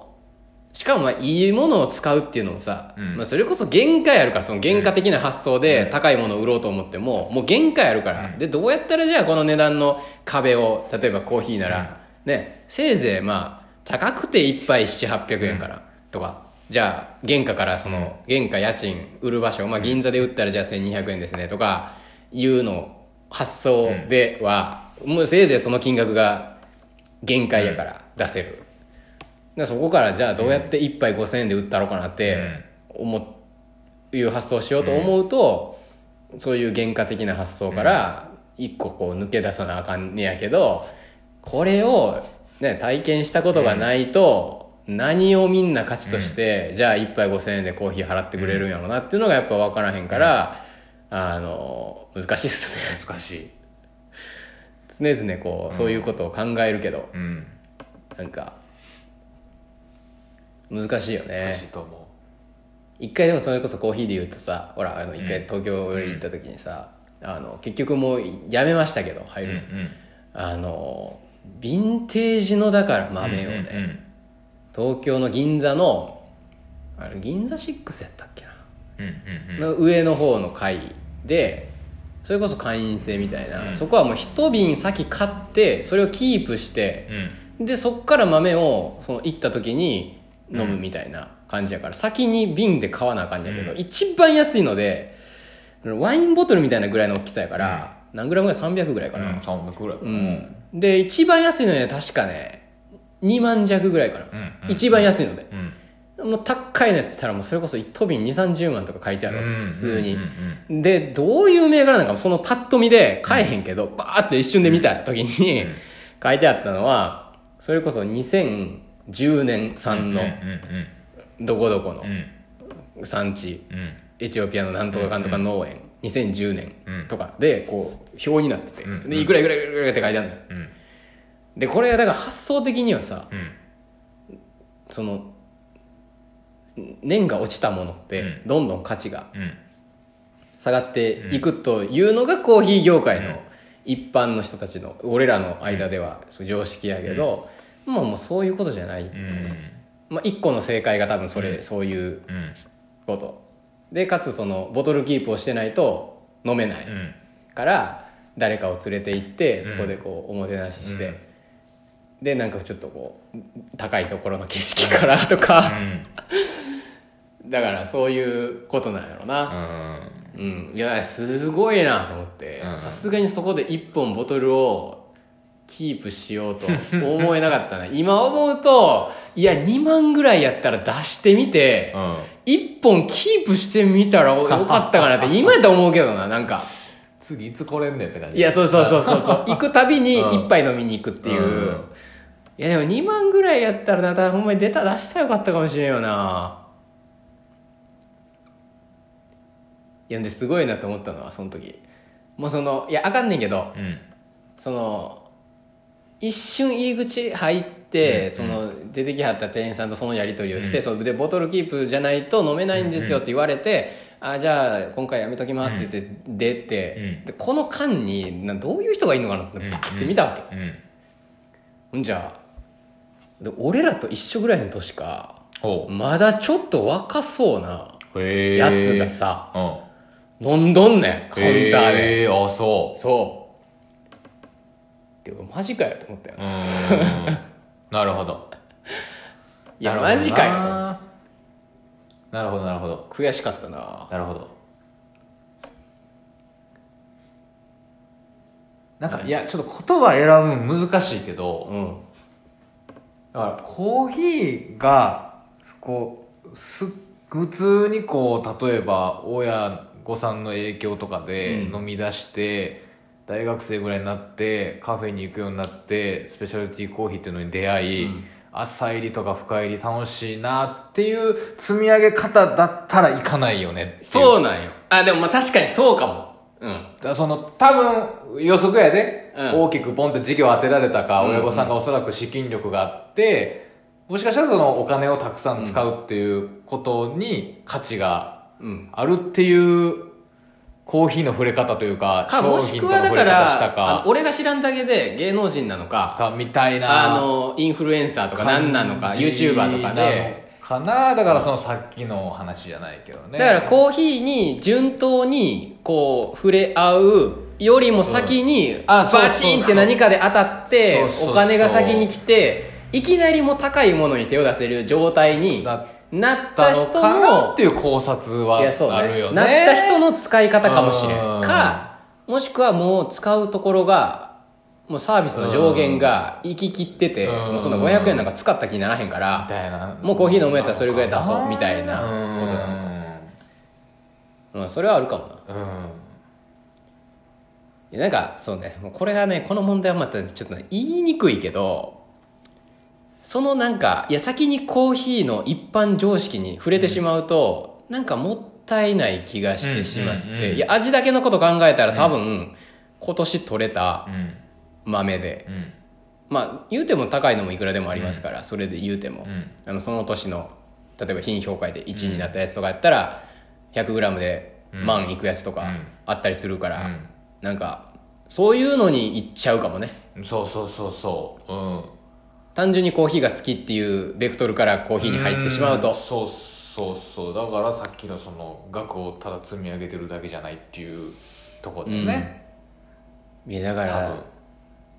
しかもまあいいものを使うっていうのもさ、うんまあそれこそ限界あるから、その原価的な発想で高いものを売ろうと思っても、もう限界あるから、で、どうやったらじゃあこの値段の壁を、例えばコーヒーなら、ね、せいぜいまあ、高くて1杯7、800円から、とか、じゃあ、原価からその、原価家賃売る場所、まあ銀座で売ったらじゃあ1200円ですね、とか、いうの、発想では、もうせいぜいその金額が限界やから出せる、だからそこからじゃあどうやって1杯5000円で売ったろうかなって思ういう発想をしようと思うと、そういう原価的な発想から一個こう抜け出さなあかんねやけどこれを、ね、体験したことがないと何をみんな価値として、じゃあ1杯5000円でコーヒー払ってくれるんやろうなっていうのがやっぱ分からへんから、あの難しいっすね難しい常々こうそういうことを考えるけど。うんなんか難しいよ難ねしいと思一回でもそれこそコーヒーで言うとさほらあの一回うん東京より行った時にさ、あの結局もうやめましたけどう入うんるうの、んあのヴィンテージのだから豆をね、うんうん東京の銀座のあれ銀座6やったっけなうんうんうんの上の方の階でそれこそ会員制みたいな、うんそこはもう一瓶先買ってそれをキープしてうんでそっから豆をその行った時に飲むみたいな感じやから、先に瓶で買わなあかんねやけど、うん一番安いのでワインボトルみたいなぐらいの大きさやから、何グラムぐらい300ぐらいかうんな、 300ぐらいかうなんで一番安いのは確かね2万弱ぐらいかな、一番安いのでうんもう高いのやったらもうそれこそ1瓶2 3 0万とか書いてあるわけうん普通に、うんうんでどういう銘柄なんかもそのパッと見で買えへんけど、バーって一瞬で見た時に、うん書いてあったのはそれこそ2010年うん産うんのどこどこのうんうん産地うんエチオピアのなんとかかんとか農園2010うん年とかでこう表になってうんうてんでいくらいくらいくらいくらって書いてあるのようんうんでこれがだから発想的にはさうんその年が落ちたものってうどんどん価値がうん下がっていくというのがコーヒー業界の一般の人たちの俺らの間ではそう常識やけど、まあもうそういうことじゃない、うまあ、一個の正解が多分それ、うそういうんうんことでかつそのボトルキープをしてないと飲めないうんから誰かを連れて行ってうそんこでこうおもてなしして、うんでなんかちょっとこう高いところの景色からとか、だからそういうことなんやろな、うんうん、いやすごいなと思ってうんさすがにそこで1本ボトルをキープしようと思えなかった <laughs> な今思うといや2万ぐらいやったら出してみて1本キープしてみたらよかったかなって今やったら思うけどななんか次いつ来れんねんって感じいやそうそうそうそう <laughs> そう行くたびに一杯飲みに行くっていう、うんいやでも2万ぐらいやったらなただほんまに出た出したらよかったかもしれんよないやんですごいなと思ったのはその時もうそのいやあかんねんけどうんその一瞬入り口入って、うんその出てきはった店員さんとそのやり取りをして、うんそれでボトルキープじゃないと飲めないんですよって言われて、あじゃあ今回やめときますって言って出て、うんでこの間になどういう人がいいのかなってうんバーって見たわけ、うんほんじゃで俺らと一緒ぐらいの年かほまだちょっと若そうなうへえやつがさ、うん飲んどんねんカウンターで、へーあそうそうでマジかよと思ったようーんなるほどいやなるほどなマジかよなるほどなるほど悔しかったななるほどなんかいやちょっと言葉選ぶの難しいけど、うんだからコーヒーがこうす普通にこう例えば親御さんの影響とかでうん飲み出して、大学生ぐらいになってカフェに行くようになってスペシャルティーコーヒーっていうのに出会い、うん朝入りとか深入り楽しいなっていう積み上げ方だったら行かないよねっていうそうなんよあでもまあ確かにそうかもうんだからその多分予測やで、うん大きくポンって事業当てられたか、うん親御さんがおそらく資金力があってもしかしたらそのお金をたくさん使うっていうことに価値がうんあるっていうコーヒーの触れ方というかかもしくはだ触かれ方したらあのか俺が知らんだけで芸能人なのかかみたいなあのインフルエンサーとか感何じなのか YouTuber となかでのかなだからそのさっきの話じゃないけどねだからコーヒーに順当にこう触れ合うよりも先にあバそうそうチンって何かで当たってそうそうそうお金が先に来ていきなりもう高いものに手を出せる状態にだっなったた人のかなのっていう考察はいやそうあるねよねなった人の使い方かもしれんうんかもしくはもう使うところがもうサービスの上限が行ききっててうんもうそんな500円なんか使った気にならへんかみらたいなもうコーヒー飲むやったらそれぐらい出そうみたいなことななうんそれはあるかもないのかうんやなんかそうねもうこれがねこの問題はまたちょっとね言いにくいけどそのなんかいや先にコーヒーの一般常識に触れてしまうと、なんかもったいない気がしてしまっうて、んうんうんいや味だけのこと考えたら多分、今年取れたうん豆でうんまあ言うても高いのもいくらでもありますから、それで言うても、うんあのその年の例えば品評会で1位になったやつとかやったら 100g で万いくやつとうかんあったりするから、なんかそういうのに行っちゃうかもねうんそうそうそうそううん単純にコーヒーが好きっていうベクトルからコーヒーに入ってしまうとんそうそうそうだからさっきのその額をただ積み上げてるだけじゃないっていうところでね、いやだか多分ら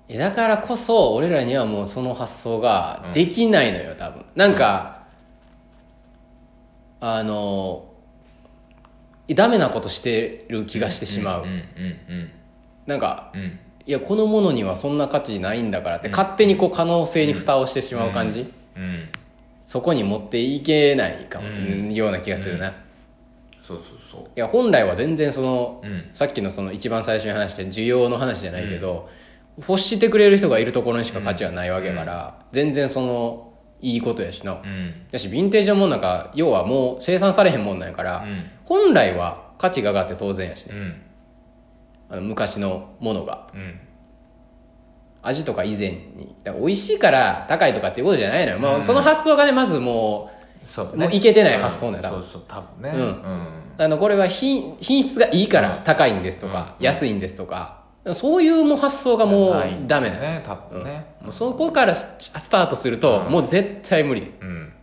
いやだからこそ俺らにはもうその発想ができないのよ多分なんか、あのダメなことしてる気がしてしまう、うん、うんうんなんかうんいやこのものにはそんな価値ないんだからって、勝手にこう可能性に蓋をしてしまう感じ、うんそこに持っていけないかも、うんような気がするな、いそうそうそうや本来は全然そのうんさっきのその一番最初に話した需要の話じゃないけど、欲してくれる人がいるところにしか価値はないわけやから、全然そのいいことやしな、うんだしヴィンテージのもんなんか要はもう生産されへんもんなんやから、うん本来は価値が上がって当然やしうねんあの昔のものがうん味とか以前にだから美味しいから高いとかっていうことじゃないのよ、まあ、その発想がねまずもそうもういけてない発想ねうん多分そうそう多分ねうんんうあのこれは品品質がいいから高いんですとか、安いんですとかそういうもう発想がもうないんだダメよなのね多分ねもうそこからススタートすると、もう絶対無理うん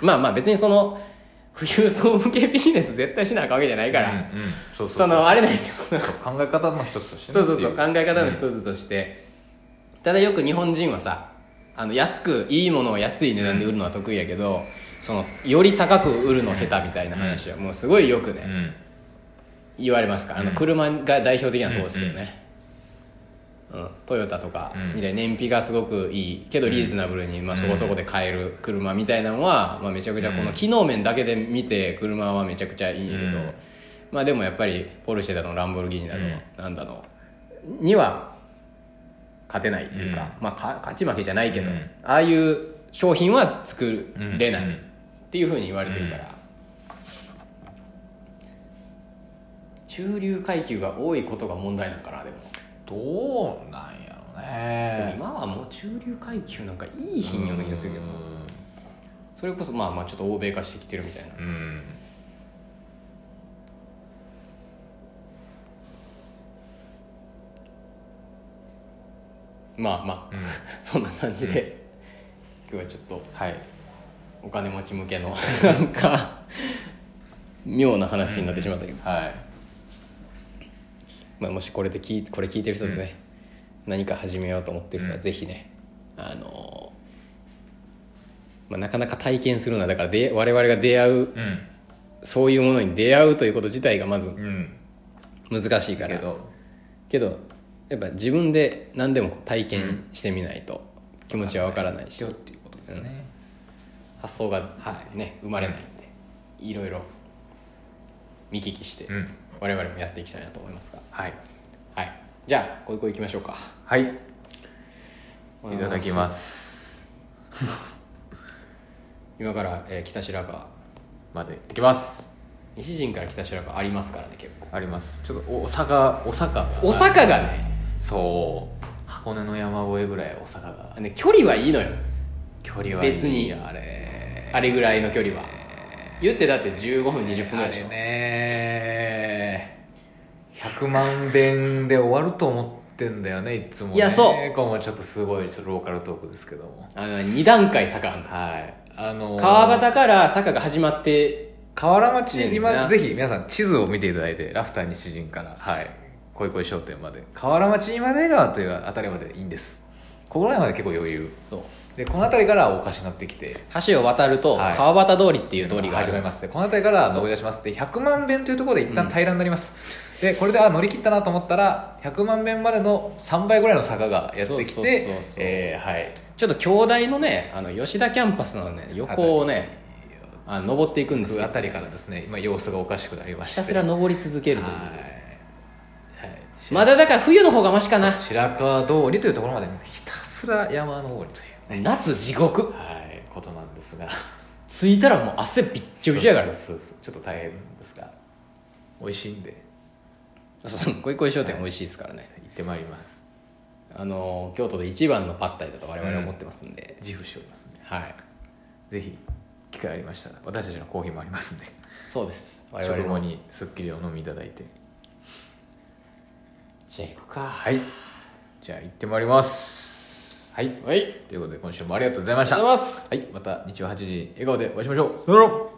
まあまあ別にその富裕層向けビジネス絶対しなあかんわけじゃないから、うんうんそうそうそうそのあれだけど考え方の一つとしてねそうそうそうって考え方の一つとして、ただよく日本人はさあの安くいいものを安い値段で売るのは得意やけど、そのより高く売るの下手みたいな話はもうすごいよくね、いううん言われますからあの車が代表的なところですけどね、うんトヨタとかうんみたいに燃費がすごくいいけどリーズナブルにまあそこそこで買える車みたいなのは、まあ、めちゃくちゃこの機能面だけで見て車はめちゃくちゃいいけど、うんまあでもやっぱりポルシェだのランボルギーニだの、うんなんだのには勝てないというか、まあか勝ち負けじゃないけど、うんああいう商品は作れなうんういんっていうふうに言われてるから、中流階級が多いことが問題なんかなでも、どうなんやろうでもね今はもう中流階級なんかいい品ような気がするけど、それこそまあまあちょっと欧米化してきてるみたいなうんうんまあまあ、うん <laughs> そんな感じで、今日はちょっとはいお金持ち向けのなんか妙な話になってしまったけど、はいまあ、もしこれで聞いこれ聞いてる人でね、何か始めようと思ってる人はぜひね、あのーまあ、なかなか体験するのはだからで我々が出会ううんそういうものに出会うということ自体がまずうん難しいからけどけどやっぱ自分で何でもこう体験してみないと気持ちはわからないし、よっていうことですね、発想が、ね生まれないんでいろいろ見聞きして、うん我々もやっていきたいなと思いますがはいはいじゃあこういう子いきましょうかはいいただきます今から、えー北白川まで行ってきます西陣から北白川ありますからね結構ありますちょっとおお坂お坂お坂がねそう箱根の山越えぐらいお坂がね距離はいいのよ距離は別にいいあれあれぐらいの距離は言ってだって15分20分ぐらいでしょ、あれね100万遍で終わると思ってんだよねいつも、ね、いやそう今もちょっとすごいちょっとローカルトークですけどもあの2段階坂あんだはいあのー川端から坂が始まって河原町ね今なぜひ皆さん地図を見ていただいてラフター西陣からはい恋恋商店まで河原町今出川というあたりまでいいんですここら辺まで結構余裕そうでこの辺りからおかしなってきて橋を渡るとはい川端通りっていう通りがあ始るまりんで、ますすでこの辺りから登り出しますで100万遍というところで一旦平らになります、でこれであ乗り切ったなと思ったら100万遍までの3倍ぐらいの坂がやってきそうそうそうてそうえーはいちょっと兄弟のねあの吉田キャンパスのね横をねあの登っていくんです僕けあどたりからですね今様子がおかしくなりましてひたすら登り続けるとはいいうはいまだだから冬の方がマシかな白川通りというところまでひたすら山登りという夏地獄はいことなんですが着いたらもう汗びっちょびちょやからそうそうそうちょっと大変ですが美味しいんでそうそうこいこい商店美味しいですからね行ってまいりますあの京都で一番のパッタイだと我々は思ってますんで、自負しておりますねはいぜひ機会ありましたら私たちのコーヒーもありますんでそうです我々食後もに『スッキリ』をお飲みいただいてじゃあ行くかはいじゃあ行ってまいりますはいはいありがということで今週もありがとうございましたとうございますはいまた日曜8時笑顔でお会いしましょうさよなら